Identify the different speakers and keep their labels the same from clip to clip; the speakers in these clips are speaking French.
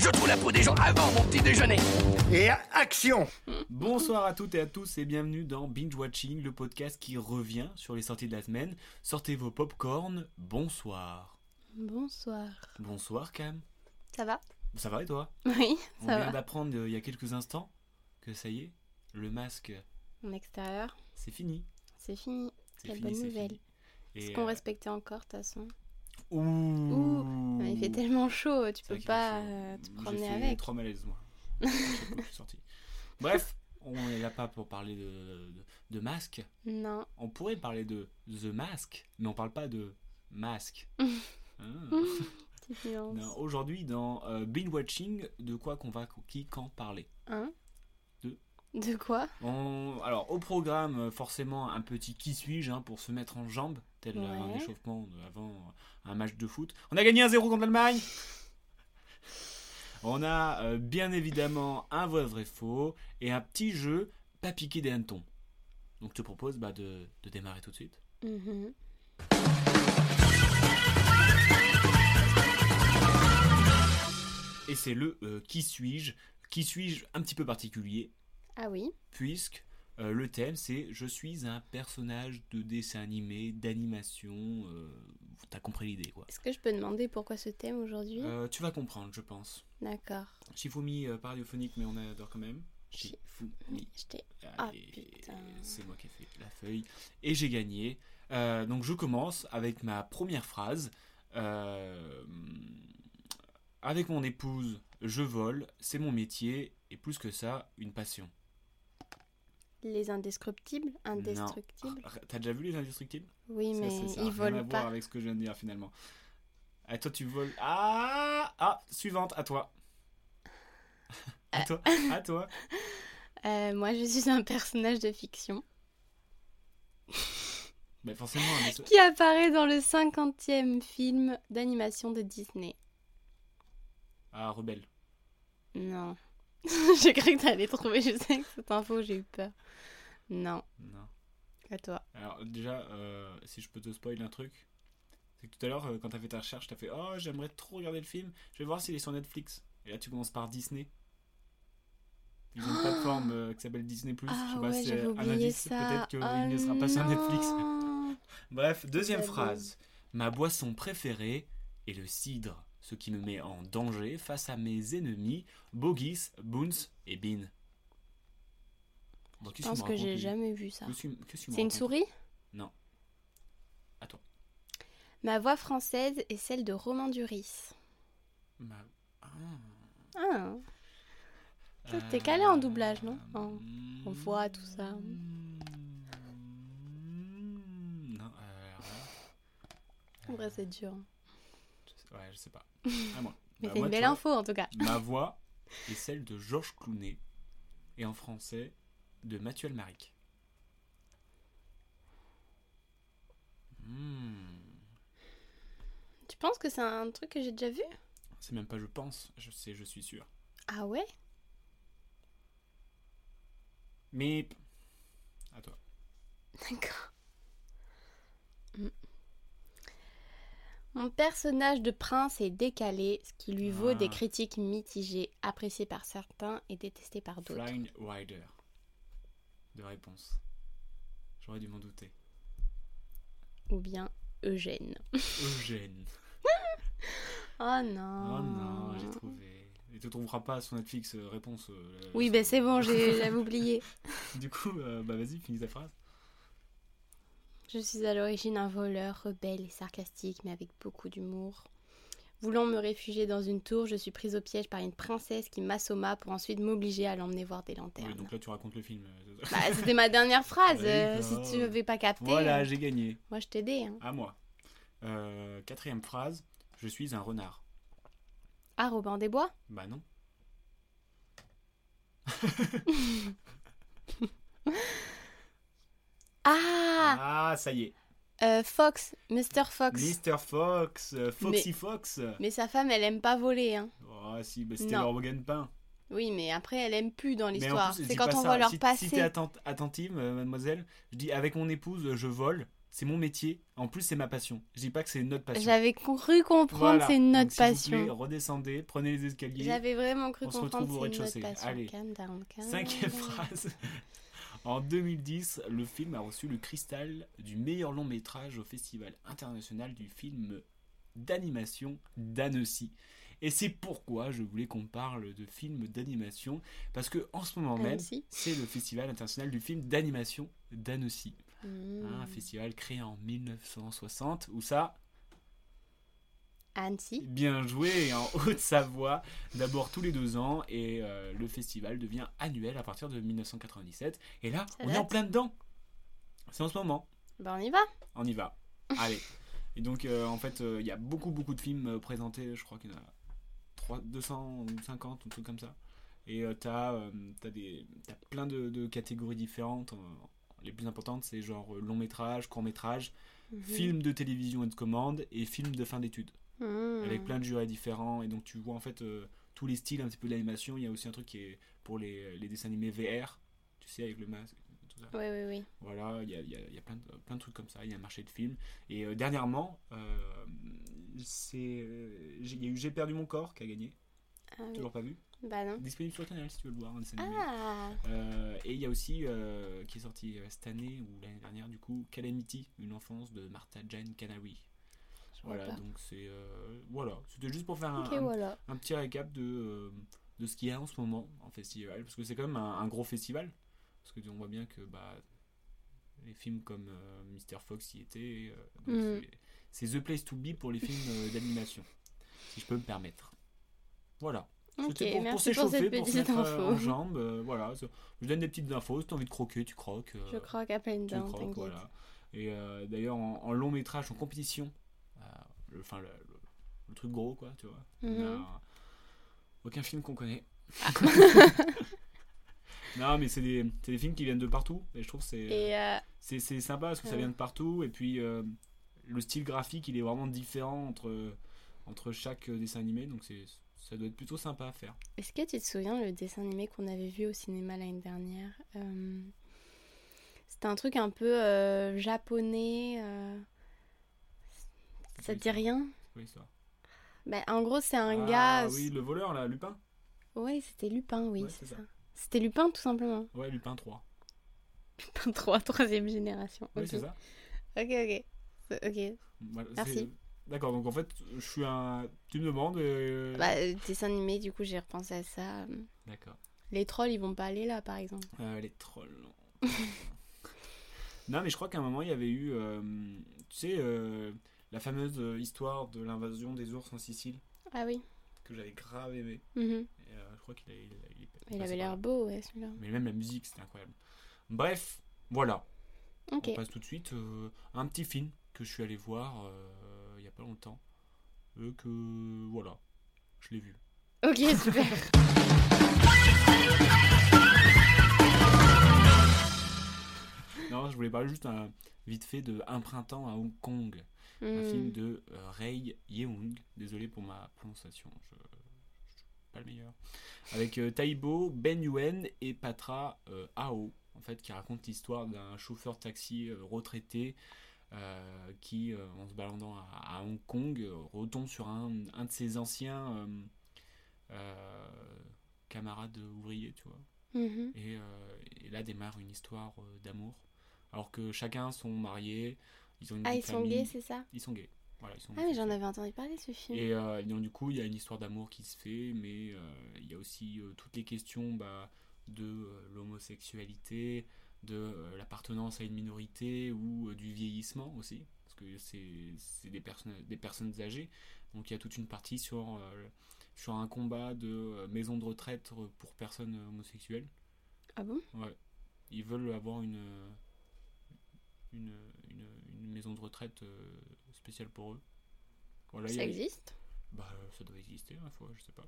Speaker 1: je trouve la peau des gens avant mon petit déjeuner.
Speaker 2: Et action
Speaker 3: Bonsoir à toutes et à tous et bienvenue dans Binge Watching, le podcast qui revient sur les sorties de la semaine. Sortez vos popcorn, bonsoir.
Speaker 4: Bonsoir.
Speaker 3: Bonsoir Cam.
Speaker 4: Ça va
Speaker 3: Ça va et toi
Speaker 4: Oui,
Speaker 3: On
Speaker 4: ça
Speaker 3: vient
Speaker 4: va.
Speaker 3: d'apprendre euh, il y a quelques instants que ça y est, le masque,
Speaker 4: En extérieur,
Speaker 3: c'est fini.
Speaker 4: c'est fini.
Speaker 3: C'est
Speaker 4: Quelle
Speaker 3: fini,
Speaker 4: bonne
Speaker 3: c'est
Speaker 4: nouvelle.
Speaker 3: fini.
Speaker 4: Ce
Speaker 3: Et,
Speaker 4: qu'on
Speaker 3: euh,
Speaker 4: respectait encore, de toute façon.
Speaker 3: Ouh.
Speaker 4: Ouh, Il fait tellement chaud, tu
Speaker 3: Mmh. C'est vrai
Speaker 4: peux
Speaker 3: qu'il
Speaker 4: pas
Speaker 3: fait chaud.
Speaker 4: euh, te
Speaker 3: J'ai
Speaker 4: promener
Speaker 3: fait
Speaker 4: avec.
Speaker 3: trois malaises, moi. Je sais pas où je suis sorti. Bref, on est là pas pour parler de, de, de masque.
Speaker 4: Non,
Speaker 3: On pourrait parler de The Mask, mais on parle pas de masque. Ah.
Speaker 4: petit silence.
Speaker 3: Non, Aujourd'hui, dans euh, Binge Watching, de quoi qu'on va qui quand parler
Speaker 4: Hein
Speaker 3: Deux.
Speaker 4: De quoi
Speaker 3: On- Alors, au programme, euh, forcément, un petit qui suis-je hein, pour se mettre en jambe, tel euh, un
Speaker 4: Ouais.
Speaker 3: échauffement de- avant euh, un match de foot. On a gagné 1-0 contre l'Allemagne On a euh, bien évidemment un vrai vrai faux et un petit jeu pas piqué des hannetons. Donc, je te propose bah, de, de démarrer tout de suite.
Speaker 4: Mhm.
Speaker 3: Et c'est le euh, qui suis-je Qui suis-je un petit peu particulier
Speaker 4: Ah oui,
Speaker 3: puisque euh, le thème c'est je suis un personnage de dessin animé, d'animation. euh, T'as compris l'idée quoi.
Speaker 4: est-ce que je peux demander pourquoi ce thème aujourd'hui
Speaker 3: Euh, tu vas comprendre, je pense.
Speaker 4: D'accord.
Speaker 3: Shifumi, euh, pas radiophonique, mais on adore quand même. Shifumi.
Speaker 4: Je t'ai- Ah,
Speaker 3: Allez,
Speaker 4: putain.
Speaker 3: c'est moi qui ai fait la feuille. Et j'ai gagné. Euh, donc je commence avec ma première phrase. Euh, avec mon épouse, je vole, c'est mon métier, et plus que ça, une passion.
Speaker 4: Les indestructibles Indestructibles
Speaker 3: Ah, T'as déjà vu les indestructibles
Speaker 4: Oui,
Speaker 3: Ça,
Speaker 4: mais
Speaker 3: ça- ça a rien
Speaker 4: ils
Speaker 3: à
Speaker 4: volent
Speaker 3: voir
Speaker 4: pas.
Speaker 3: avec ce que je viens de dire finalement. Ah, toi tu voles. Ah Ah Suivante, à toi. à toi À toi
Speaker 4: Euh, moi, je suis un personnage de fiction
Speaker 3: Mais Ben, forcément, un des-
Speaker 4: qui apparaît dans le 50e film d'animation de Disney.
Speaker 3: Ah, rebelle.
Speaker 4: Non. j'ai cru que t'allais trouver, je sais que cette info, j'ai eu peur. Non,
Speaker 3: Non.
Speaker 4: à toi.
Speaker 3: Alors, déjà, euh, si je peux te spoiler un truc, c'est que tout à l'heure, euh, quand t'as fait ta recherche, t'as fait Oh, j'aimerais trop regarder le film, je vais voir s'il est sur Netflix. Et là, tu commences par Disney. Ils ont une plateforme euh, qui s'appelle Disney. je
Speaker 4: Ah
Speaker 3: sais pas
Speaker 4: ouais,
Speaker 3: si
Speaker 4: j'avais
Speaker 3: c'est un
Speaker 4: oublié
Speaker 3: indice,
Speaker 4: ça.
Speaker 3: peut-être qu'il
Speaker 4: Oh
Speaker 3: ne sera pas sur Netflix.
Speaker 4: non.
Speaker 3: Bref, deuxième
Speaker 4: Ça
Speaker 3: phrase. Ma boisson préférée est le cidre, ce qui me met en danger face à mes ennemis Bogis, Boons et Bean. Bon,
Speaker 4: Je
Speaker 3: qu'est-ce
Speaker 4: pense
Speaker 3: me
Speaker 4: que j'ai
Speaker 3: racontes, lui
Speaker 4: jamais vu ça.
Speaker 3: Qu'est-ce que- qu'est-ce que me
Speaker 4: C'est une
Speaker 3: racontes
Speaker 4: souris
Speaker 3: Non. À toi.
Speaker 4: Ma voix française est celle de Romain Duris.
Speaker 3: Ma- Ah.
Speaker 4: Ah, Toi, t'es
Speaker 3: Euh,
Speaker 4: calé en doublage, non En- en
Speaker 3: mm,
Speaker 4: voix, tout ça.
Speaker 3: mm, Ah. Non, euh, alors là,
Speaker 4: en
Speaker 3: euh,
Speaker 4: vrai, c'est dur.
Speaker 3: je sais- Ouais, je sais pas. À moi.
Speaker 4: Mais
Speaker 3: Bah, moi,
Speaker 4: c'est une
Speaker 3: tu
Speaker 4: belle
Speaker 3: vois.
Speaker 4: info en tout cas.
Speaker 3: Ma voix est celle de Georges Clooney et en français de Mathieu Almaric. Hmm.
Speaker 4: Tu penses que c'est un truc que j'ai déjà vu
Speaker 3: C'est même pas je pense, je sais, je suis sûr.
Speaker 4: Ah ouais
Speaker 3: Mais à toi.
Speaker 4: D'accord. Mm. Mon personnage de prince est décalé, ce qui lui vaut
Speaker 3: Ah.
Speaker 4: des critiques mitigées, appréciées par certains et détestées par d'autres.
Speaker 3: Flying Rider. De réponse. J'aurais dû m'en douter.
Speaker 4: Ou bien Eugène.
Speaker 3: Eugène.
Speaker 4: Oh
Speaker 3: Oh
Speaker 4: non.
Speaker 3: non, j'ai trouvé. Et tu trouveras pas sur Netflix euh, réponse. euh,
Speaker 4: Oui,
Speaker 3: sur-
Speaker 4: ben c'est bon, j'ai- j'avais oublié.
Speaker 3: Du coup, euh, bah vas-y, finis ta phrase.
Speaker 4: Je suis à l'origine un voleur, rebelle et sarcastique, mais avec beaucoup d'humour. Voulant me réfugier dans une tour, je suis prise au piège par une princesse qui m'assomma pour ensuite m'obliger à l'emmener voir des lanternes.
Speaker 3: Oui, donc là, tu racontes le film. euh, c'est ça.
Speaker 4: Bah, c'était ma dernière phrase, euh,
Speaker 3: D'accord.
Speaker 4: si tu n'avais pas capté.
Speaker 3: bah Voilà,
Speaker 4: euh,
Speaker 3: j'ai gagné.
Speaker 4: Moi, je t'aidais. Hein.
Speaker 3: À moi. Euh, quatrième phrase, je suis un renard.
Speaker 4: Ah, Robin des Bois
Speaker 3: Bah non.
Speaker 4: Ah
Speaker 3: Ah. ça y est.
Speaker 4: Ah, Euh, Fox, Mr. Fox.
Speaker 3: Mr. Fox, euh, Foxy
Speaker 4: Mais-
Speaker 3: Fox.
Speaker 4: Mais sa femme, elle aime pas voler. Hein.
Speaker 3: Ah si, bah, c'était
Speaker 4: Non.
Speaker 3: leur Morgan Pain.
Speaker 4: Oui, mais après, elle aime plus dans
Speaker 3: Mais en
Speaker 4: l'histoire.
Speaker 3: plus,
Speaker 4: C'est
Speaker 3: dis
Speaker 4: quand
Speaker 3: pas
Speaker 4: on
Speaker 3: ça.
Speaker 4: voit leur
Speaker 3: si, Si t'es
Speaker 4: passé.
Speaker 3: atten- attentive, euh, mademoiselle, je dis avec mon épouse, je vole. C'est mon métier. En plus, c'est ma passion. Je dis pas que c'est notre passion.
Speaker 4: J'avais cru comprendre,
Speaker 3: Voilà.
Speaker 4: c'est une
Speaker 3: Donc,
Speaker 4: autre
Speaker 3: s'il vous plaît,
Speaker 4: passion.
Speaker 3: redescendez, prenez les escaliers.
Speaker 4: J'avais vraiment cru
Speaker 3: On se
Speaker 4: comprendre,
Speaker 3: retrouve au
Speaker 4: c'est une autre
Speaker 3: rez-de-chaussée.
Speaker 4: passion.
Speaker 3: Allez.
Speaker 4: Calm down, calm
Speaker 3: Cinquième
Speaker 4: down.
Speaker 3: phrase. En 2010, le film a reçu le cristal du meilleur long métrage au Festival international du film d'animation d'Annecy. Et c'est pourquoi je voulais qu'on parle de films d'animation, parce que en ce moment même,
Speaker 4: Annecy.
Speaker 3: c'est le Festival international du film d'animation d'Annecy.
Speaker 4: Hmm.
Speaker 3: Un festival créé en 1960, où ça,
Speaker 4: Annecy.
Speaker 3: Bien joué en Haute-Savoie, d'abord tous les deux ans, et euh, le festival devient annuel à partir de 1997. Et là, on est en
Speaker 4: date.
Speaker 3: plein dedans. C'est en ce moment.
Speaker 4: Bah, on y va.
Speaker 3: On y va. Allez. Et donc, euh, en fait, euh, il y a beaucoup, beaucoup de films euh, présentés. Je crois qu'il y en a 3, 250, un truc comme ça. Et euh, t'as euh, t'as des- t'as plein de, de catégories différentes. Euh, les plus importantes, c'est genre euh, long métrage, court métrage,
Speaker 4: Mhm.
Speaker 3: film de télévision et de commande, et film de fin d'études
Speaker 4: Hmm.
Speaker 3: avec plein de jurés différents et donc tu vois en fait euh, tous les styles un petit peu de l'animation il y a aussi un truc qui est pour les, les dessins animés VR tu sais avec le masque et tout ça.
Speaker 4: Oui, oui, oui.
Speaker 3: voilà il y a, il y a- il y a plein, de, plein de trucs comme ça il y a un marché de films et euh, dernièrement euh, c'est euh, j'ai- il y a eu J'ai perdu mon corps qui a gagné
Speaker 4: Ah, oui.
Speaker 3: toujours pas vu
Speaker 4: Bah non.
Speaker 3: disponible sur Canal si tu veux le voir un dessin animé.
Speaker 4: Ah,
Speaker 3: Euh, et il y a aussi euh, qui est sorti euh, cette année ou l'année dernière du coup Calamity une enfance de Martha Jane Canary
Speaker 4: je vois
Speaker 3: voilà
Speaker 4: pas.
Speaker 3: donc c'est euh, voilà c'était juste pour faire un-
Speaker 4: Ok,
Speaker 3: un,
Speaker 4: voilà.
Speaker 3: un petit récap de, euh, de ce qu'il y a en ce moment en festival, parce que c'est quand même un, un gros festival, parce que on voit bien que bah, les films comme euh, Mr. Fox y étaient, euh, donc
Speaker 4: Mm.
Speaker 3: c'est c'est The Place to Be pour les films euh, d'animation, si je peux me permettre. Voilà.
Speaker 4: Ok,
Speaker 3: C'était pour, pour
Speaker 4: merci pour
Speaker 3: s'échauffer,
Speaker 4: cette
Speaker 3: pour, se
Speaker 4: petite
Speaker 3: mettre euh, en
Speaker 4: info.
Speaker 3: jambes. euh, voilà. Je- Je donne des petites infos. Si t'as envie de croquer, tu croques. euh,
Speaker 4: Je croque à pleines
Speaker 3: tu
Speaker 4: dents,
Speaker 3: croques,
Speaker 4: t'inquiète.
Speaker 3: voilà. Et euh, d'ailleurs, en, en long métrage, en compétition, euh, le- enfin, le, le- le truc gros, quoi, tu vois. on a
Speaker 4: Mhm. Ah.
Speaker 3: un- Aucun film qu'on connaît. non, mais c'est des, c'est des films qui viennent de partout. Et je trouve que c'est
Speaker 4: Et euh,
Speaker 3: c'est- c'est sympa parce que ça
Speaker 4: ouais.
Speaker 3: vient de partout. Et puis, euh, le style graphique, il est vraiment différent entre, entre chaque dessin animé. Donc, c'est ça doit être plutôt sympa à faire.
Speaker 4: est-ce que tu te souviens le dessin animé qu'on avait vu au cinéma l'année dernière Euh, C'était un truc un peu euh, japonais. euh, Ça te dit rien
Speaker 3: Oui, ça.
Speaker 4: bah, En gros, c'est un
Speaker 3: Ah,
Speaker 4: gars.
Speaker 3: Oui, le voleur, là, Lupin.
Speaker 4: Ouais, c'était Lupin, oui,
Speaker 3: Ouais,
Speaker 4: c'est
Speaker 3: c'est
Speaker 4: ça.
Speaker 3: ça.
Speaker 4: C'était Lupin, tout simplement.
Speaker 3: Ouais, Lupin 3.
Speaker 4: Lupin 3, troisième génération.
Speaker 3: Oui,
Speaker 4: Ok.
Speaker 3: c'est ça.
Speaker 4: ok, ok. C'est- Ok.
Speaker 3: Voilà,
Speaker 4: Merci.
Speaker 3: c'est- D'accord, donc en fait, je suis un. Tu me demandes. euh,
Speaker 4: Bah, euh, dessin animé, du coup, j'ai repensé à ça.
Speaker 3: D'accord.
Speaker 4: Les trolls, ils vont pas aller là, par exemple.
Speaker 3: Euh, les trolls. non. non, mais je crois qu'à un moment, il y avait eu. euh, tu sais, euh, la fameuse euh, histoire de l'invasion des ours en Sicile,
Speaker 4: Ah oui.
Speaker 3: que j'avais grave aimé.
Speaker 4: Mhm.
Speaker 3: Et, euh, je crois qu'il a- il a- il est- il
Speaker 4: Il
Speaker 3: passait
Speaker 4: avait
Speaker 3: par
Speaker 4: l'air
Speaker 3: là.
Speaker 4: beau, ouais, celui-là.
Speaker 3: Mais même la musique, c'était incroyable. Bref, voilà.
Speaker 4: Ok.
Speaker 3: On passe tout de suite euh, à un petit film que je suis allé voir euh, il y a pas longtemps. Euh, que. Voilà. Je l'ai vu.
Speaker 4: Ok, super.
Speaker 3: Non, je voulais parler juste un- vite fait de Un printemps à Hong Kong, un
Speaker 4: Hmm.
Speaker 3: film de euh, Ray Yeung. Désolé pour ma prononciation, je, je suis pas le meilleur. Avec euh, Taibo, Ben Yuen et Patra euh, Ao, en fait, qui raconte l'histoire d'un chauffeur de taxi euh, retraité euh, qui, euh, en se baladant à, à Hong Kong, euh, retombe sur un, un de ses anciens euh, euh, camarades ouvriers, tu vois.
Speaker 4: Mhm.
Speaker 3: Et, euh, et là démarre une histoire euh, d'amour. Alors que chacun sont mariés, ils ont une
Speaker 4: Ah,
Speaker 3: vie
Speaker 4: ils
Speaker 3: de
Speaker 4: sont
Speaker 3: famille.
Speaker 4: gays, c'est ça
Speaker 3: Ils sont gays. Voilà, ils sont
Speaker 4: Ah, mais j'en
Speaker 3: homosexuels.
Speaker 4: avais entendu parler, ce film.
Speaker 3: Et euh, et donc, du coup, il y a une histoire d'amour qui se fait, mais euh, il y a aussi euh, toutes les questions bah, de euh, l'homosexualité, de euh, l'appartenance à une minorité ou euh, du vieillissement aussi, parce que c'est c'est des personnes, des personnes âgées. Donc il y a toute une partie sur, euh, sur un combat de euh, maison de retraite pour personnes euh, homosexuelles.
Speaker 4: Ah bon
Speaker 3: Ouais. Ils veulent avoir une, euh, une, une, une maison de retraite euh, spéciale pour eux. Voilà, il y
Speaker 4: Ça
Speaker 3: a-
Speaker 4: existe
Speaker 3: Bah, euh, ça doit exister, ma foi, je sais pas.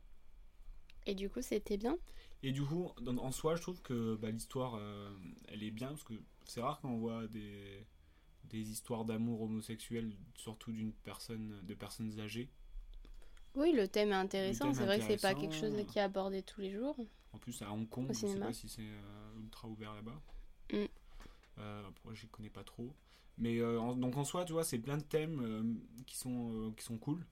Speaker 4: Et du coup, c'était bien
Speaker 3: Et du coup, dans- en soi, je trouve que bah, l'histoire, euh, elle est bien, parce que c'est rare qu'on voit des, des histoires d'amour homosexuel, surtout d'une personne, de personnes âgées.
Speaker 4: Oui, le thème est intéressant.
Speaker 3: thème est
Speaker 4: c'est vrai que c'est pas quelque
Speaker 3: intéressant.
Speaker 4: chose qui est abordé tous les jours.
Speaker 3: En plus, à Hong Kong, je sais
Speaker 4: cinéma.
Speaker 3: pas si c'est euh, ultra ouvert là-bas.
Speaker 4: Mm.
Speaker 3: Euh, après, je connais pas trop. Mais euh, en- donc en soi, tu vois, c'est plein de thèmes euh, qui, sont, euh, qui sont cool.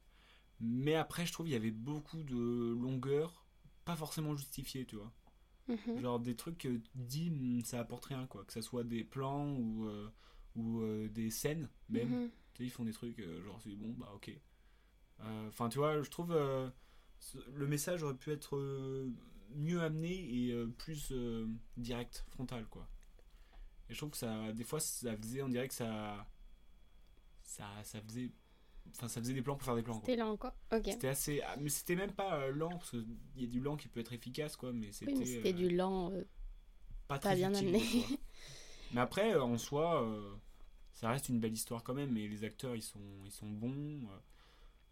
Speaker 3: Mais après, je trouve il y avait beaucoup de longueur, pas forcément justifiée, tu vois.
Speaker 4: Mhm.
Speaker 3: Genre des trucs que tu dis, Hmm, ça apporte rien, quoi. Que ça soit des plans ou, euh, ou euh, des scènes, même.
Speaker 4: Mhm.
Speaker 3: Tu sais, ils font des trucs, euh, genre, c'est bon, bah ok. Enfin, tu vois, je trouve euh, ce- le message aurait pu être euh, mieux amené et euh, plus euh, direct, frontal, quoi. Et je trouve que ça, des fois, ça faisait, on dirait que ça. Ça, ça faisait. Enfin, ça faisait des plans pour faire des plans, quoi.
Speaker 4: T'es là encore Ok.
Speaker 3: C'était assez. ah, Mais c'était même pas euh, lent, parce qu'il y a du lent qui peut être efficace, quoi, mais c'était.
Speaker 4: Oui, mais c'était
Speaker 3: euh,
Speaker 4: du lent. euh,
Speaker 3: pas
Speaker 4: Pas
Speaker 3: très
Speaker 4: bien
Speaker 3: utile,
Speaker 4: amené.
Speaker 3: quoi. Mais après, euh, en soi, euh, ça reste une belle histoire quand même. Et les acteurs, ils sont, ils sont bons. euh,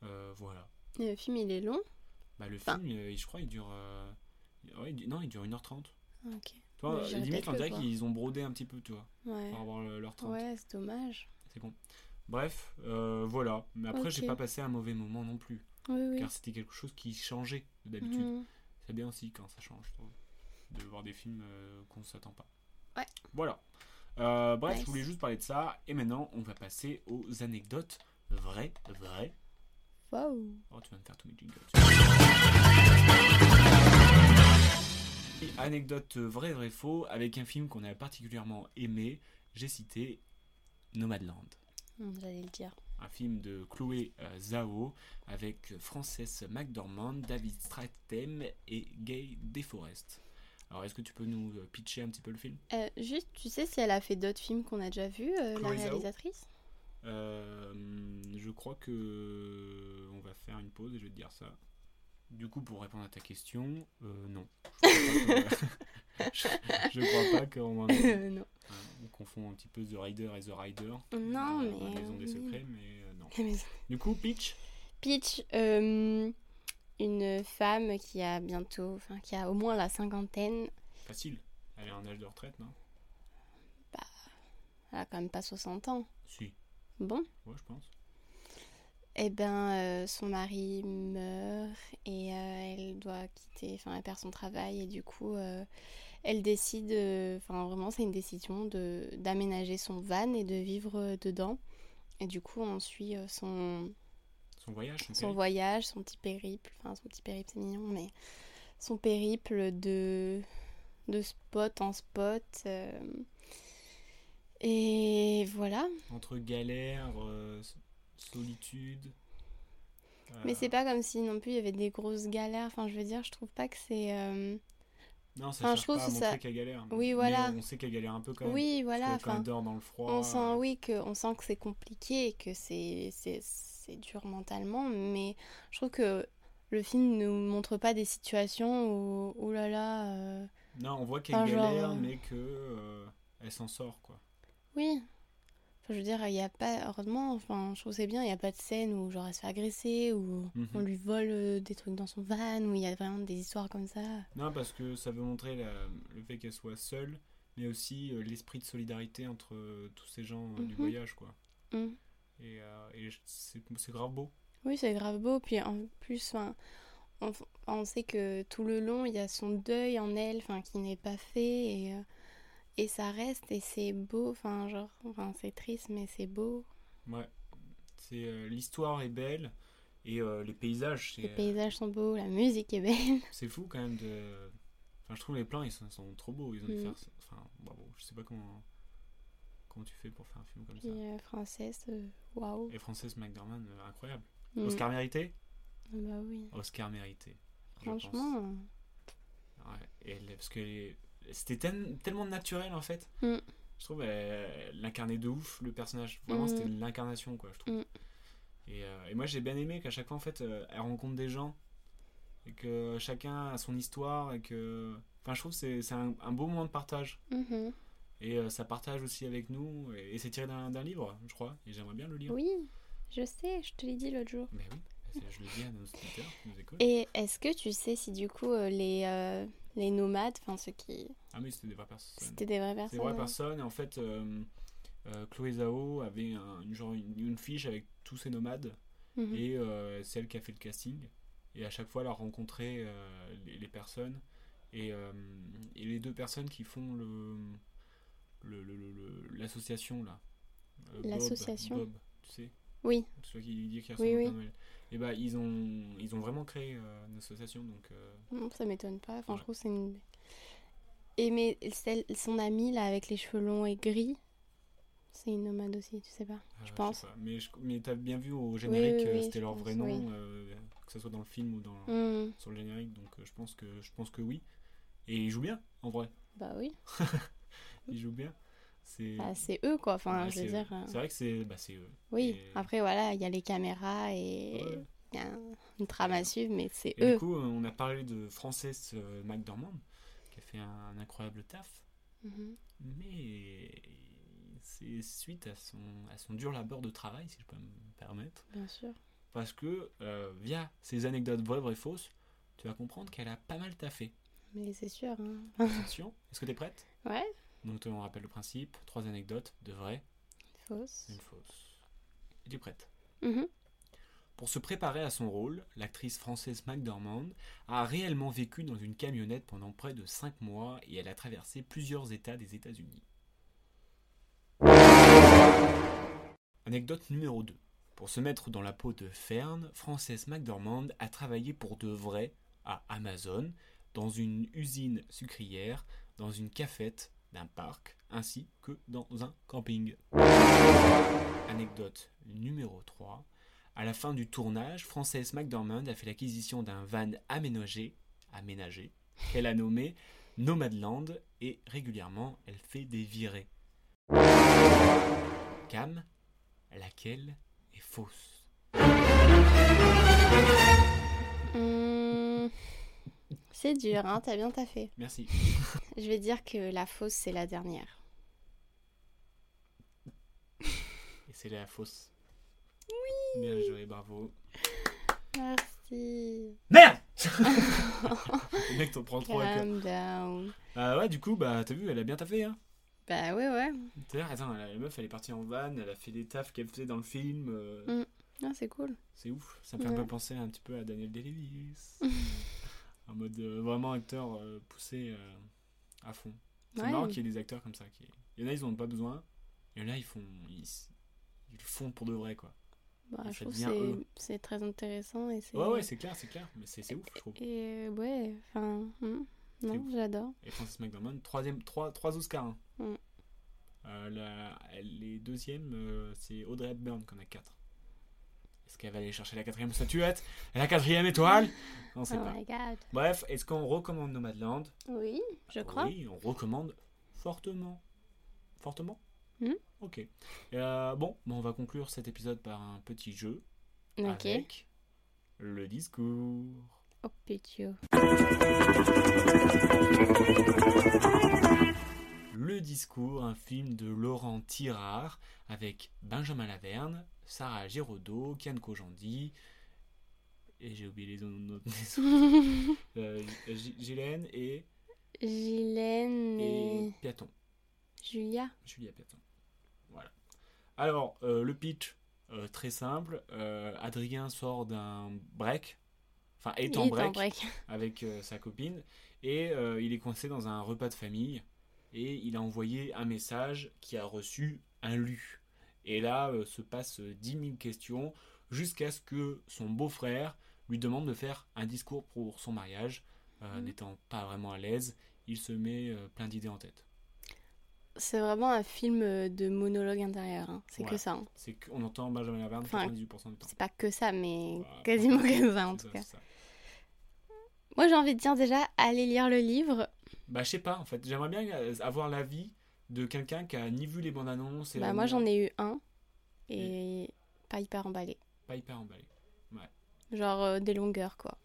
Speaker 3: euh, voilà.
Speaker 4: Le film, il est long.
Speaker 3: Bah, le
Speaker 4: Enfin.
Speaker 3: film, euh, il- je crois, il dure. euh, ouais, il- non, il dure 1h30.
Speaker 4: Ok.
Speaker 3: Tu vois,
Speaker 4: Ouais, j'irai
Speaker 3: limite,
Speaker 4: peut-être
Speaker 3: on
Speaker 4: le
Speaker 3: dirait
Speaker 4: voir.
Speaker 3: qu'ils ont brodé un petit peu, tu vois,
Speaker 4: Ouais.
Speaker 3: pour avoir le- leur 30.
Speaker 4: Ouais, c'est dommage.
Speaker 3: C'est bon. Bref, euh, voilà. Mais après, j'ai
Speaker 4: Ok.
Speaker 3: pas passé un mauvais moment non plus.
Speaker 4: Oui, oui.
Speaker 3: Car c'était quelque chose qui changeait de d'habitude.
Speaker 4: Mhm.
Speaker 3: C'est bien aussi quand ça change, je trouve, de voir des films euh, qu'on ne s'attend pas.
Speaker 4: Ouais.
Speaker 3: Voilà. Euh, bref,
Speaker 4: Nice.
Speaker 3: je voulais juste parler de ça. Et maintenant, on va passer aux anecdotes vraies, vraies.
Speaker 4: Waouh.
Speaker 3: Oh, tu vas me faire tous mes jingles. Et Anecdote vrai, vrai, faux, avec un film qu'on a particulièrement aimé. J'ai cité Nomadland.
Speaker 4: Hum, J'allais le dire.
Speaker 3: Un film de Chloé euh, Zhao avec Frances McDormand, David Strathem et Gay Deforest. Alors, est-ce que tu peux nous euh, pitcher un petit peu le film
Speaker 4: Euh, juste, tu sais si elle a fait d'autres films qu'on a déjà vus, euh, la
Speaker 3: Chloé Zhao
Speaker 4: réalisatrice
Speaker 3: Euh, Je crois que on va faire une pause et je vais te dire ça. Du coup, pour répondre à ta question, euh, non. Je crois pas que- euh, je, je crois pas qu'on en ait-
Speaker 4: Euh, Non.
Speaker 3: hein, on confond un petit peu The Rider et The Rider.
Speaker 4: Non,
Speaker 3: Euh,
Speaker 4: mais.
Speaker 3: La maison des
Speaker 4: oui.
Speaker 3: secrets, mais euh, non.
Speaker 4: La maison-
Speaker 3: Du coup, pitch
Speaker 4: Peach, euh, une femme qui a bientôt, enfin qui a au moins la cinquantaine,
Speaker 3: Facile. Elle est en âge de retraite, non
Speaker 4: elle a quand même pas 60 ans.
Speaker 3: Si.
Speaker 4: Bon,
Speaker 3: Ouais, je pense.
Speaker 4: et ben euh, son mari meurt et euh, elle doit quitter, enfin elle perd son travail et du coup euh, elle décide, euh, enfin vraiment c'est une décision de d'aménager son van et de vivre euh, dedans. Et du coup on suit euh, son
Speaker 3: Son voyage, son
Speaker 4: son
Speaker 3: périple.
Speaker 4: voyage, son petit périple, enfin son petit périple c'est mignon, mais son périple de, de spot en spot. euh, Et voilà,
Speaker 3: entre galère, euh, s- solitude. euh,
Speaker 4: mais c'est pas comme si non plus il y avait des grosses galères, enfin je veux dire, je trouve pas que c'est... euh,
Speaker 3: Non, ça
Speaker 4: enfin,
Speaker 3: cherche
Speaker 4: je trouve
Speaker 3: pas à
Speaker 4: que
Speaker 3: montrer
Speaker 4: ça-
Speaker 3: qu'elle galère.
Speaker 4: Oui,
Speaker 3: mais
Speaker 4: voilà.
Speaker 3: on sait qu'elle galère un peu quand même.
Speaker 4: Oui,
Speaker 3: Parce
Speaker 4: voilà,
Speaker 3: que quand
Speaker 4: enfin...
Speaker 3: elle dort dans le froid.
Speaker 4: On sent,
Speaker 3: euh,
Speaker 4: oui, que, on sent que c'est compliqué et que c'est, c'est, c'est dur mentalement, mais je trouve que le film ne montre pas des situations où, oh là là, euh,
Speaker 3: Non, on voit qu'elle
Speaker 4: Enfin, genre,
Speaker 3: galère,
Speaker 4: euh,
Speaker 3: mais que euh, elle s'en sort quoi.
Speaker 4: Oui. Enfin, je veux dire, il n'y a pas. Heureusement, enfin, je trouve que c'est bien, il n'y a pas de scène où genre elle se fait agresser, où
Speaker 3: Mhm.
Speaker 4: on lui vole euh, des trucs dans son van, où il y a vraiment des histoires comme ça.
Speaker 3: Non, parce que ça veut montrer la- le fait qu'elle soit seule, mais aussi euh, l'esprit de solidarité entre euh, tous ces gens euh, du
Speaker 4: Mhm.
Speaker 3: voyage quoi.
Speaker 4: Mhm.
Speaker 3: Et, euh, et je- c'est c'est grave beau.
Speaker 4: Oui, c'est grave beau. Puis en plus, enfin, on, on sait que tout le long, il y a son deuil en elle, enfin, qui n'est pas fait, et, euh, et ça reste, et c'est beau. Enfin, genre, enfin, c'est triste, mais c'est beau.
Speaker 3: Ouais. C'est euh, l'histoire est belle et euh, les paysages c'est
Speaker 4: Les
Speaker 3: euh,
Speaker 4: paysages sont beaux, la musique est belle.
Speaker 3: C'est fou quand même de. Enfin, je trouve les plans, ils sont, sont trop beaux. Ils ont dû
Speaker 4: Mm.
Speaker 3: faire. Enfin, bravo. Je sais pas comment. Comment tu fais pour faire un film comme
Speaker 4: Puis
Speaker 3: ça.
Speaker 4: euh, française, euh, waouh.
Speaker 3: Et Frances McDormand, euh, incroyable.
Speaker 4: Mm.
Speaker 3: Oscar mérité
Speaker 4: Bah oui,
Speaker 3: Oscar mérité. je pense.
Speaker 4: franchement. euh,
Speaker 3: Ouais. Et elle- parce que les- c'était tel- tellement naturel en fait.
Speaker 4: Mm.
Speaker 3: Je trouve euh, elle l'incarnait de ouf le personnage. Vraiment,
Speaker 4: Mm.
Speaker 3: c'était l'incarnation quoi, je trouve.
Speaker 4: Mm.
Speaker 3: Et, euh, et moi, j'ai bien aimé qu'à chaque fois en fait, euh, elle rencontre des gens et que chacun a son histoire et que. Enfin, je trouve que c'est c'est un, un beau moment de partage.
Speaker 4: mhm.
Speaker 3: Et euh, ça partage aussi avec nous. Et, et c'est tiré d'un d'un livre, je crois. Et j'aimerais bien le lire.
Speaker 4: Oui, je sais, je te l'ai dit l'autre jour.
Speaker 3: Mais oui, c'est- je le dis à nos auditeurs qui nous écoutent.
Speaker 4: Et est-ce que tu sais si du coup euh, les, euh, les nomades, enfin ceux qui...
Speaker 3: Ah, mais c'était des vraies personnes.
Speaker 4: C'était des vraies
Speaker 3: C'est
Speaker 4: personnes
Speaker 3: vraies
Speaker 4: hein
Speaker 3: personnes. Et en fait, euh, euh, Chloé Zhao avait un- une, genre, une, une fiche avec tous ses nomades
Speaker 4: Mhm.
Speaker 3: et euh, c'est elle qui a fait le casting. Et à chaque fois, elle a rencontré euh, les, les personnes. Et, euh, et les deux personnes qui font le le- le- le- le- l'association là. Euh, Bob-
Speaker 4: L'association
Speaker 3: Bob, tu sais
Speaker 4: Oui.
Speaker 3: celui qui dit qu'il
Speaker 4: Oui,
Speaker 3: ressemble
Speaker 4: oui.
Speaker 3: à Père Noël. Et bah ils ont ils ont vraiment créé euh, une association donc euh,
Speaker 4: Non, ça m'étonne pas. Enfin,
Speaker 3: Ouais.
Speaker 4: je trouve que c'est une. Et mais celle, son amie là avec les cheveux longs et gris, c'est une nomade aussi, tu sais pas.
Speaker 3: euh, je sais
Speaker 4: pense.
Speaker 3: pas. Mais je- mais t'as bien vu au générique
Speaker 4: oui,
Speaker 3: euh,
Speaker 4: oui,
Speaker 3: c'était
Speaker 4: je
Speaker 3: leur
Speaker 4: pense,
Speaker 3: vrai nom
Speaker 4: oui.
Speaker 3: euh, que ce soit dans le film ou dans
Speaker 4: Hmm,
Speaker 3: sur le générique donc euh, je pense que je pense que oui et ils jouent bien en vrai
Speaker 4: Bah oui.
Speaker 3: ils jouent bien c'est
Speaker 4: Bah, c'est eux quoi. Enfin,
Speaker 3: ouais,
Speaker 4: je veux
Speaker 3: c'est-
Speaker 4: dire. euh,
Speaker 3: c'est vrai que c'est bah c'est eux.
Speaker 4: Oui.
Speaker 3: Et-
Speaker 4: Après voilà, il y a les caméras et
Speaker 3: Ouais.
Speaker 4: il y a un- une trame à suivre, mais c'est
Speaker 3: Et
Speaker 4: eux.
Speaker 3: du coup, euh, on a parlé de Frances euh, McDormand, qui a fait un, un incroyable taf,
Speaker 4: Mhm.
Speaker 3: mais c'est suite à son, à son dur labeur de travail, si je peux me permettre,
Speaker 4: Bien sûr.
Speaker 3: parce que euh, via ces anecdotes vraies, vraies, fausses, tu vas comprendre qu'elle a pas mal taffé.
Speaker 4: Mais c'est sûr. hein.
Speaker 3: Attention, est-ce que t'es prête
Speaker 4: Ouais.
Speaker 3: Donc on rappelle le principe, trois anecdotes, de vraies,
Speaker 4: Fausse.
Speaker 3: une fausse. Et tu es prête
Speaker 4: Mhm.
Speaker 3: Pour se préparer à son rôle, l'actrice française McDormand a réellement vécu dans une camionnette pendant près de 5 mois et elle a traversé plusieurs États des États-Unis. Anecdote numéro 2. Pour se mettre dans la peau de Fern, Frances McDormand a travaillé pour de vrai à Amazon, dans une usine sucrière, dans une cafette d'un parc, ainsi que dans un camping. Anecdote numéro 3. À la fin du tournage, Frances McDormand a fait l'acquisition d'un van aménagé, aménagé qu'elle a nommé Nomadland et régulièrement elle fait des virées. Cam, laquelle est fausse
Speaker 4: Hmm, C'est dur, hein. T'as bien taffé.
Speaker 3: Merci.
Speaker 4: Je vais dire que la fausse c'est la dernière.
Speaker 3: Et c'est la fausse. Oui Bien joué, bravo.
Speaker 4: Merci.
Speaker 3: Merde Le mec t'en prend trop à cœur.
Speaker 4: Calm down.
Speaker 3: Ah ouais, du coup, bah t'as vu, elle a bien taffé, hein
Speaker 4: Bah ouais ouais.
Speaker 3: T'as l'air, attends, la la meuf elle est partie en van, elle a fait des tafs qu'elle faisait dans le film. euh,
Speaker 4: Mm. Ah, c'est cool.
Speaker 3: C'est ouf, ça me fait un
Speaker 4: Ouais.
Speaker 3: peu penser un petit peu à Daniel Day-Lewis. en mode euh, vraiment acteur euh, poussé euh, à fond. C'est
Speaker 4: Ouais. Bah,
Speaker 3: marrant qu'il y ait des acteurs comme ça. Qui... Il y en a, ils en ont pas besoin. Il y en a, ils font. Ils, s- ils le font pour de vrai, quoi.
Speaker 4: Bah,
Speaker 3: Et
Speaker 4: je
Speaker 3: ça
Speaker 4: trouve que
Speaker 3: devient
Speaker 4: c'est-
Speaker 3: eux.
Speaker 4: c'est très intéressant et c'est.
Speaker 3: Ouais, ouais, c'est clair, c'est clair. Mais c'est c'est ouf, je trouve.
Speaker 4: Et euh, ouais, enfin. hmm, Non,
Speaker 3: ouf.
Speaker 4: j'adore.
Speaker 3: Et Frances McDormand, troisième, trois, trois Oscars. hein.
Speaker 4: Mm.
Speaker 3: Euh, la- elle- les deuxièmes, euh, c'est Audrey Hepburn qu'on a quatre. Est-ce qu'elle va aller chercher la quatrième statuette La quatrième étoile On
Speaker 4: Oh
Speaker 3: sait pas.
Speaker 4: my god.
Speaker 3: Bref, est-ce qu'on recommande Nomadland
Speaker 4: Oui, je crois.
Speaker 3: Oui, on recommande fortement. Fortement
Speaker 4: Hmm
Speaker 3: Ok. Euh, bon, bah, on va conclure cet épisode par un petit jeu
Speaker 4: ok.
Speaker 3: avec le discours.
Speaker 4: Oh putain.
Speaker 3: Le discours, un film de Laurent Tirard avec Benjamin Laverne, Sarah Giraudot, Kian Kojandi et j'ai oublié les noms de euh, G- Ghislaine et,
Speaker 4: Guylaine
Speaker 3: et
Speaker 4: et
Speaker 3: Piaton.
Speaker 4: Julia.
Speaker 3: Julia Piaton. Voilà. Alors, euh, le pitch, euh, très simple. Euh, Adrien sort d'un break, enfin
Speaker 4: Il
Speaker 3: est en break, avec euh, sa copine, et euh, il est coincé dans un repas de famille, et il a envoyé un message qui a reçu un lu. Et là, euh, se passent euh, 10 000 questions, jusqu'à ce que son beau-frère lui demande de faire un discours pour son mariage. Euh,
Speaker 4: Mhm.
Speaker 3: N'étant pas vraiment à l'aise, il se met euh, plein d'idées en tête.
Speaker 4: C'est vraiment un film euh, de monologue intérieur. hein. C'est
Speaker 3: Voilà.
Speaker 4: que ça. hein.
Speaker 3: C'est qu'on entend Benjamin Laverne
Speaker 4: Enfin,
Speaker 3: 98% du temps.
Speaker 4: C'est pas que ça, mais
Speaker 3: Voilà.
Speaker 4: quasiment que ça en
Speaker 3: C'est
Speaker 4: tout cas.
Speaker 3: c'est Bah, ça.
Speaker 4: Moi j'ai envie de dire déjà, allez lire le livre.
Speaker 3: Bah, je sais pas, en fait. J'aimerais bien euh, avoir l'avis de quelqu'un qui a ni vu les bandes annonces.
Speaker 4: Bah, moi j'en ai eu un et pas hyper emballé.
Speaker 3: Pas hyper emballé.
Speaker 4: Genre euh, des longueurs quoi.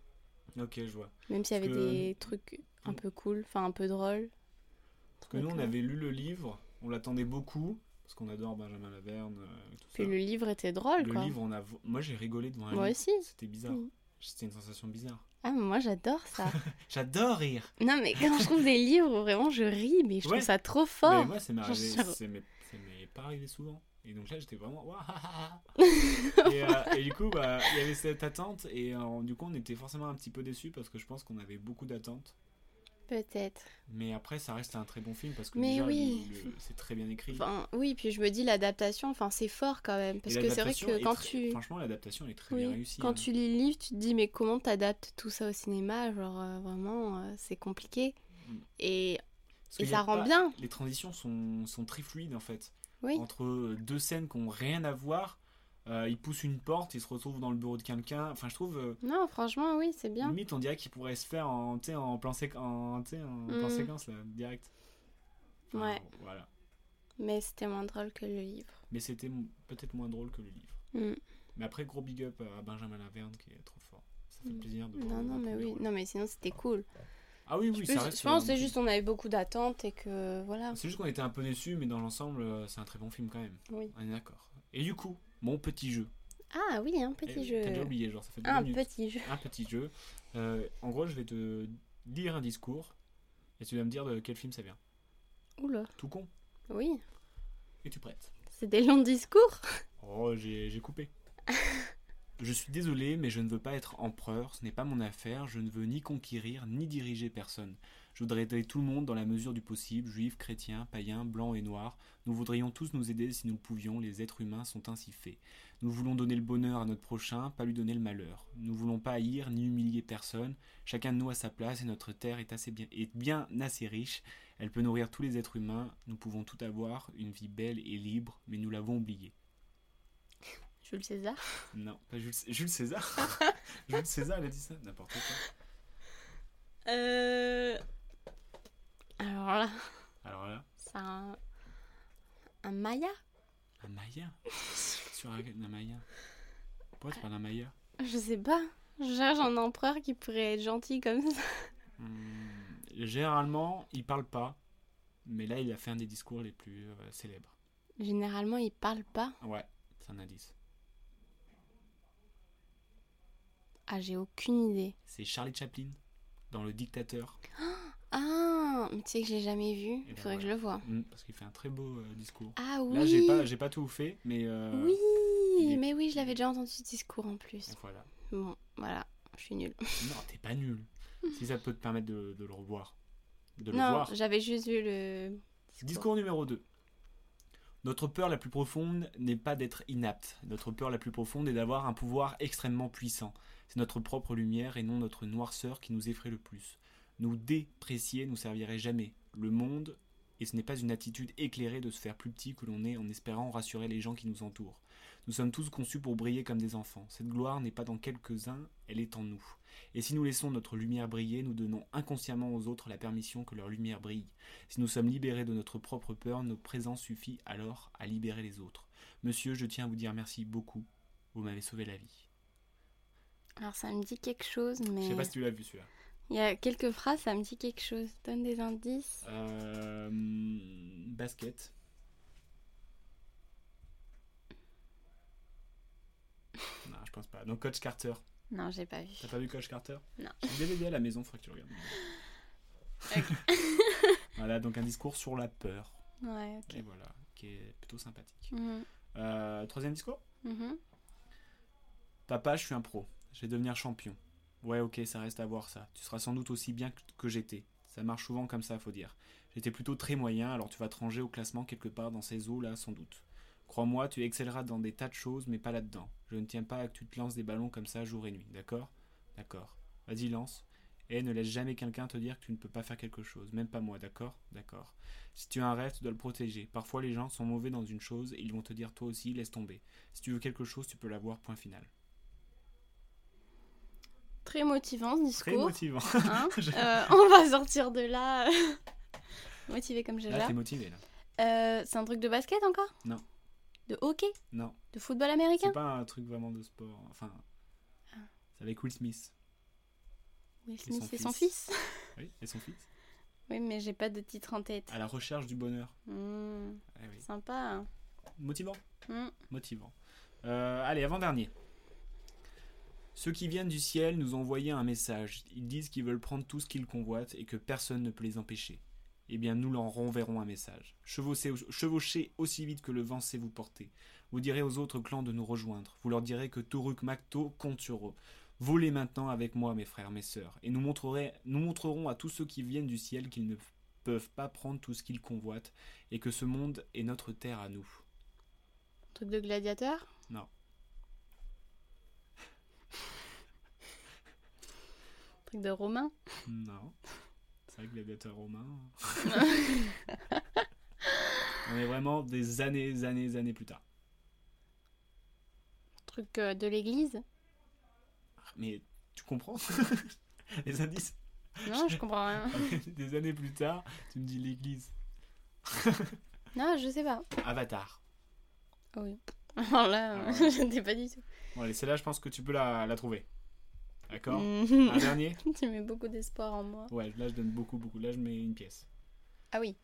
Speaker 3: Ok, je vois.
Speaker 4: Même s'il y avait
Speaker 3: Parce que- euh,
Speaker 4: des trucs un peu cool, enfin un peu drôles.
Speaker 3: Parce que nous, on
Speaker 4: D'accord.
Speaker 3: avait lu le livre, on l'attendait beaucoup, parce qu'on adore Benjamin Laverne. euh, et tout
Speaker 4: Puis
Speaker 3: ça.
Speaker 4: le livre était drôle
Speaker 3: Le
Speaker 4: quoi.
Speaker 3: livre, on a... moi j'ai rigolé devant un
Speaker 4: Moi
Speaker 3: livre.
Speaker 4: aussi.
Speaker 3: C'était bizarre.
Speaker 4: Mm.
Speaker 3: C'était une sensation bizarre.
Speaker 4: Ah, mais moi j'adore ça.
Speaker 3: J'adore rire.
Speaker 4: non, mais quand je trouve des livres où vraiment je ris, mais je
Speaker 3: Ouais.
Speaker 4: trouve ça trop
Speaker 3: Mais
Speaker 4: fort.
Speaker 3: moi, ça m'est
Speaker 4: Genre,
Speaker 3: arrivé-
Speaker 4: j'avoue.
Speaker 3: ça m'est ça m'est pas arrivé souvent. Et donc là, j'étais vraiment. Ouah, ah, ah, ah. et, euh, et du coup, bah, il y avait cette attente. Et euh, du coup, on était forcément un petit peu déçus parce que je pense qu'on avait beaucoup d'attentes.
Speaker 4: Peut-être.
Speaker 3: Mais après, ça reste un très bon film parce que
Speaker 4: Mais
Speaker 3: déjà,
Speaker 4: oui.
Speaker 3: le- le- c'est très bien écrit.
Speaker 4: Enfin, oui, puis je me dis l'adaptation, enfin c'est fort quand même. Parce
Speaker 3: Et
Speaker 4: que c'est vrai
Speaker 3: l'adaptation
Speaker 4: que
Speaker 3: est
Speaker 4: quand
Speaker 3: très-
Speaker 4: tu.
Speaker 3: Franchement, l'adaptation est très
Speaker 4: Oui,
Speaker 3: bien réussie.
Speaker 4: Quand
Speaker 3: hein.
Speaker 4: tu lis le livre, tu te dis mais comment t'adaptes tout ça au cinéma Genre euh, vraiment, euh, c'est compliqué.
Speaker 3: Mm.
Speaker 4: Et,
Speaker 3: Parce
Speaker 4: et
Speaker 3: qu'il y a
Speaker 4: ça rend
Speaker 3: pas-
Speaker 4: bien.
Speaker 3: Les transitions sont, sont très fluides en fait.
Speaker 4: Oui.
Speaker 3: Entre deux scènes qui n'ont rien à voir, euh, il pousse une porte, il se retrouve dans le bureau de quelqu'un. Enfin, je trouve. euh,
Speaker 4: Non, franchement, oui, c'est bien.
Speaker 3: Limite, on dirait qu'il pourrait se faire en, tu sais, en, plan, séqu- en, tu sais, en plan
Speaker 4: Mm.
Speaker 3: séquence, là, direct. Enfin,
Speaker 4: Ouais.
Speaker 3: Voilà.
Speaker 4: Mais c'était moins drôle que le livre.
Speaker 3: Mais c'était m- peut-être moins drôle que le livre.
Speaker 4: Mm.
Speaker 3: Mais après, gros big up à Benjamin Laverne qui est trop fort. Ça fait
Speaker 4: Mm.
Speaker 3: plaisir de voir
Speaker 4: Non, non,
Speaker 3: un
Speaker 4: mais
Speaker 3: premier
Speaker 4: oui.
Speaker 3: rôle.
Speaker 4: Non, mais sinon c'était cool.
Speaker 3: Ah oui, oui,
Speaker 4: je,
Speaker 3: ça
Speaker 4: pense-
Speaker 3: reste.
Speaker 4: je pense
Speaker 3: un
Speaker 4: que c'est
Speaker 3: bon
Speaker 4: juste
Speaker 3: film.
Speaker 4: on avait beaucoup d'attentes et que voilà.
Speaker 3: C'est juste qu'on était un peu déçus, mais dans l'ensemble, euh, c'est un très bon film quand même.
Speaker 4: Oui.
Speaker 3: On est d'accord. Et du coup, mon petit jeu.
Speaker 4: Ah oui, un
Speaker 3: Eh,
Speaker 4: petit
Speaker 3: T'as déjà
Speaker 4: jeu.
Speaker 3: oublié, genre, ça fait deux
Speaker 4: Un
Speaker 3: minutes.
Speaker 4: petit jeu.
Speaker 3: un petit jeu. Euh, en gros, je vais te lire un discours et tu vas me dire de quel film ça vient.
Speaker 4: Oula.
Speaker 3: Tout con.
Speaker 4: Oui,
Speaker 3: Et tu prêtes.
Speaker 4: c'est des longs discours.
Speaker 3: Oh, j'ai j'ai coupé. je suis désolé, mais je ne veux pas être empereur, ce n'est pas mon affaire, je ne veux ni conquérir ni diriger personne. Je voudrais aider tout le monde dans la mesure du possible, juifs, chrétiens, païens, blancs et noirs. Nous voudrions tous nous aider si nous le pouvions, les êtres humains sont ainsi faits. Nous voulons donner le bonheur à notre prochain, pas lui donner le malheur. Nous voulons pas haïr ni humilier personne, chacun de nous a sa place et notre terre est, assez bien, est bien assez riche. Elle peut nourrir tous les êtres humains, nous pouvons tout avoir, une vie belle et libre, mais nous l'avons oubliée.
Speaker 4: Jules César.
Speaker 3: Non, pas Jules, Jules César. Jules César, elle a dit ça N'importe quoi.
Speaker 4: Euh... Alors là,
Speaker 3: Alors là,
Speaker 4: c'est un... un Maya
Speaker 3: un Maya Sur un, un Maya Pourquoi tu parles d'un Maya
Speaker 4: Je sais pas. Je cherche un empereur qui pourrait être gentil comme ça.
Speaker 3: Hmm, Généralement, il parle pas, mais là, il a fait un des discours les plus euh, célèbres.
Speaker 4: Généralement, il parle pas.
Speaker 3: Ouais, c'est un indice.
Speaker 4: Ah, j'ai aucune idée.
Speaker 3: C'est Charlie Chaplin dans Le Dictateur,
Speaker 4: Ah, mais tu sais que j'ai jamais vu.
Speaker 3: ben
Speaker 4: Faudrait que je
Speaker 3: voilà.
Speaker 4: le vois.
Speaker 3: Hmm, parce qu'il fait un très beau euh, discours.
Speaker 4: Ah oui.
Speaker 3: Là, j'ai pas, j'ai pas tout fait, mais. euh,
Speaker 4: Oui,
Speaker 3: il est-
Speaker 4: mais oui, je l'avais déjà entendu ce discours en plus.
Speaker 3: Voilà.
Speaker 4: Bon, voilà, je suis nulle.
Speaker 3: Non, t'es pas nul. si ça peut te permettre de, de le revoir, de le
Speaker 4: Non,
Speaker 3: voir.
Speaker 4: j'avais juste vu le
Speaker 3: Discours numéro 2. Notre peur la plus profonde n'est pas d'être inapte. Notre peur la plus profonde est d'avoir un pouvoir extrêmement puissant. C'est notre propre lumière et non notre noirceur qui nous effraie le plus. Nous déprécier nous servirait jamais. Le monde, et ce n'est pas une attitude éclairée de se faire plus petit que l'on est en espérant rassurer les gens qui nous entourent. Nous sommes tous conçus pour briller comme des enfants. Cette gloire n'est pas dans quelques-uns, elle est en nous. Et si nous laissons notre lumière briller, nous donnons inconsciemment aux autres la permission que leur lumière brille. Si nous sommes libérés de notre propre peur, nos présences suffit alors à libérer les autres. Monsieur, je tiens à vous dire merci beaucoup. Vous m'avez sauvé la vie.
Speaker 4: Alors ça me dit quelque chose, mais
Speaker 3: Je sais pas si tu l'as vu celui-là.
Speaker 4: il y a quelques phrases, ça me dit quelque chose. Donne des indices.
Speaker 3: Euh, basket. Non, je pense pas. Donc Coach Carter.
Speaker 4: Non, j'ai pas vu.
Speaker 3: T'as pas vu Coach Carter
Speaker 4: Non.
Speaker 3: J'ai le DVD à la maison, faudrait que tu le regardes. voilà, donc un discours sur la peur.
Speaker 4: Ouais, ok.
Speaker 3: Et voilà, qui est plutôt sympathique.
Speaker 4: Mhm,
Speaker 3: Euh, troisième discours
Speaker 4: mhm.
Speaker 3: Papa, je suis un pro. Je vais devenir champion. Ouais, ok, ça reste à voir ça. Tu seras sans doute aussi bien que- que j'étais. Ça marche souvent comme ça, faut dire. J'étais plutôt très moyen, alors tu vas te ranger au classement quelque part dans ces eaux-là, sans doute. Crois-moi, tu excelleras dans des tas de choses, mais pas là-dedans. Je ne tiens pas à que tu te lances des ballons comme ça jour et nuit, d'accord D'accord. Vas-y, lance. Et ne laisse jamais quelqu'un te dire que tu ne peux pas faire quelque chose, même pas moi, d'accord D'accord. Si tu as un rêve, tu dois le protéger. Parfois, les gens sont mauvais dans une chose et ils vont te dire toi aussi, laisse tomber. Si tu veux quelque chose, tu peux l'avoir, point final.
Speaker 4: Très motivant ce
Speaker 3: Très
Speaker 4: discours.
Speaker 3: motivant.
Speaker 4: hein.
Speaker 3: Je-
Speaker 4: Euh, on va sortir de là. Motivé comme
Speaker 3: Là,
Speaker 4: Jaja.
Speaker 3: t'es motivé, là.
Speaker 4: Euh, c'est un truc de basket encore
Speaker 3: Non.
Speaker 4: De hockey
Speaker 3: Non,
Speaker 4: De football
Speaker 3: c'est
Speaker 4: américain
Speaker 3: pas un truc vraiment de sport. hein. Enfin,
Speaker 4: Ah.
Speaker 3: c'est avec Will Smith.
Speaker 4: Will
Speaker 3: son
Speaker 4: Smith et son
Speaker 3: fils.
Speaker 4: fils.
Speaker 3: Oui, et son fils.
Speaker 4: oui, mais j'ai pas de titre en tête.
Speaker 3: À la recherche du bonheur.
Speaker 4: Hmm,
Speaker 3: Eh oui.
Speaker 4: sympa. hein.
Speaker 3: Motivant.
Speaker 4: Hmm.
Speaker 3: Motivant. Euh, allez, avant-dernier. Ceux qui viennent du ciel nous ont envoyé un message. Ils disent qu'ils veulent prendre tout ce qu'ils convoitent et que personne ne peut les empêcher. Eh bien, nous leur renverrons un message. Chevauchez, chevauchez aussi vite que le vent sait vous porter. Vous direz aux autres clans de nous rejoindre. Vous leur direz que Toruk Makto compte sur eux. Volez maintenant avec moi, mes frères, mes sœurs, et nous, montrerez- nous montrerons à tous ceux qui viennent du ciel qu'ils ne peuvent pas prendre tout ce qu'ils convoitent et que ce monde est notre terre à nous.
Speaker 4: Truc de gladiateur
Speaker 3: Non.
Speaker 4: Truc de romain
Speaker 3: Non. C'est vrai que gladiateur romain. On est vraiment des années, années, années plus tard.
Speaker 4: Truc euh, de l'église
Speaker 3: Mais tu comprends Les indices
Speaker 4: Non, je comprends rien.
Speaker 3: Des années plus tard, tu me dis l'église.
Speaker 4: Non, je sais pas.
Speaker 3: Avatar.
Speaker 4: Ah oui. Alors là,
Speaker 3: Ah
Speaker 4: euh, je ne sais pas du tout.
Speaker 3: Bon, allez, celle-là, je pense que tu peux la, la trouver. D'accord
Speaker 4: Mhm.
Speaker 3: Un dernier
Speaker 4: tu mets beaucoup d'espoir en moi.
Speaker 3: Ouais, là, je donne beaucoup, beaucoup. Là, je mets une pièce.
Speaker 4: Ah oui.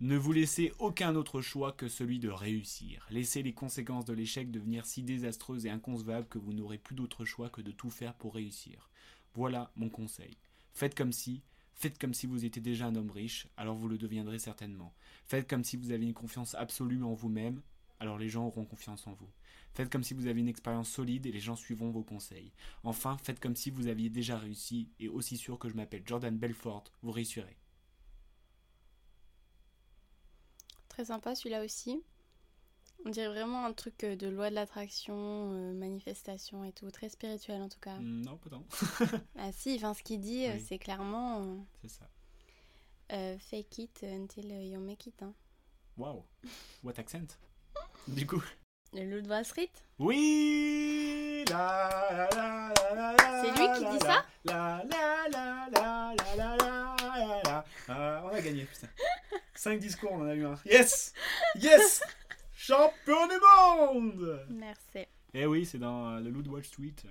Speaker 3: Ne vous laissez aucun autre choix que celui de réussir. Laissez les conséquences de l'échec devenir si désastreuses et inconcevables que vous n'aurez plus d'autre choix que de tout faire pour réussir. Voilà mon conseil. Faites comme si, faites comme si vous étiez déjà un homme riche, alors vous le deviendrez certainement. Faites comme si vous avez une confiance absolue en vous-même, alors les gens auront confiance en vous. Faites comme si vous avez une expérience solide et les gens suivront vos conseils. Enfin, faites comme si vous aviez déjà réussi et aussi sûr que je m'appelle Jordan Belfort, vous réussirez.
Speaker 4: Très sympa celui-là aussi. On dirait vraiment un truc euh, de loi de l'attraction, euh, manifestation et tout. Très spirituel en tout cas.
Speaker 3: Hmm, Non, pas tant.
Speaker 4: Ah si, enfin ce qu'il dit, euh,
Speaker 3: Mm. Oui.
Speaker 4: c'est clairement euh,
Speaker 3: C'est ça.
Speaker 4: euh, fake it until you make it. Hein.
Speaker 3: Wow, what accent Du coup.
Speaker 4: Le loup de Wall Street
Speaker 3: Oui la, la, la, la, la,
Speaker 4: C'est lui
Speaker 3: la,
Speaker 4: qui
Speaker 3: la,
Speaker 4: dit
Speaker 3: la,
Speaker 4: ça
Speaker 3: la, la, la, la, la, la, la, la, la. Ah, On a gagné, putain. Cinq discours, on en a eu un. Yes Yes Champion du monde
Speaker 4: Merci.
Speaker 3: Eh oui, c'est dans euh, le Loot Watch Tweet.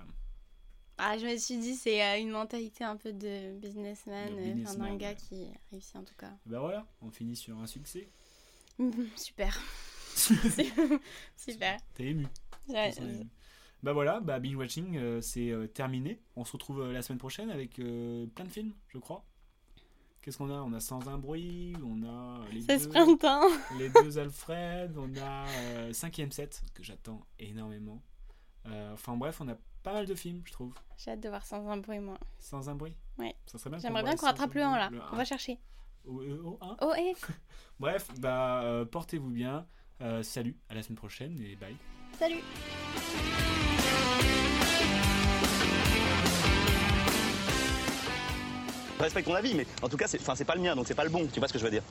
Speaker 4: Ah, je me suis dit, c'est euh, une mentalité un peu de businessman,
Speaker 3: De
Speaker 4: euh, enfin, d'un
Speaker 3: businessman,
Speaker 4: gars
Speaker 3: ouais.
Speaker 4: qui réussit en tout cas.
Speaker 3: Ben voilà, on finit sur un succès.
Speaker 4: Super. Super.
Speaker 3: T'es ému.
Speaker 4: Ouais,
Speaker 3: Personne n'est ému. Bah voilà, bah binge watching euh, c'est euh, terminé. On se retrouve euh, la semaine prochaine avec euh, plein de films, je crois. Qu'est-ce qu'on a On a Sans un bruit, on a euh, les,
Speaker 4: C'est ce
Speaker 3: deux,
Speaker 4: printemps.
Speaker 3: les deux Alfred, on a euh, Cinquième set que j'attends énormément. Euh, enfin bref, on a pas mal de films, je trouve.
Speaker 4: J'ai hâte de voir sans un bruit, moi.
Speaker 3: Sans un bruit.
Speaker 4: Ouais.
Speaker 3: Ça serait bien.
Speaker 4: J'aimerais
Speaker 3: voit
Speaker 4: bien qu'on
Speaker 3: Ah, bah, Sans un
Speaker 4: rattrape le
Speaker 3: bruit,
Speaker 4: 1 là.
Speaker 3: le un.
Speaker 4: On va chercher.
Speaker 3: Oh, euh, oh, un.
Speaker 4: Oh, et
Speaker 3: Bref, bah euh, portez-vous bien. Euh, salut, à la semaine prochaine et bye.
Speaker 4: salut
Speaker 5: Je respecte ton avis, mais en tout cas, c'est enfin, c'est pas le mien, donc c'est pas le bon. Tu vois ce que je veux dire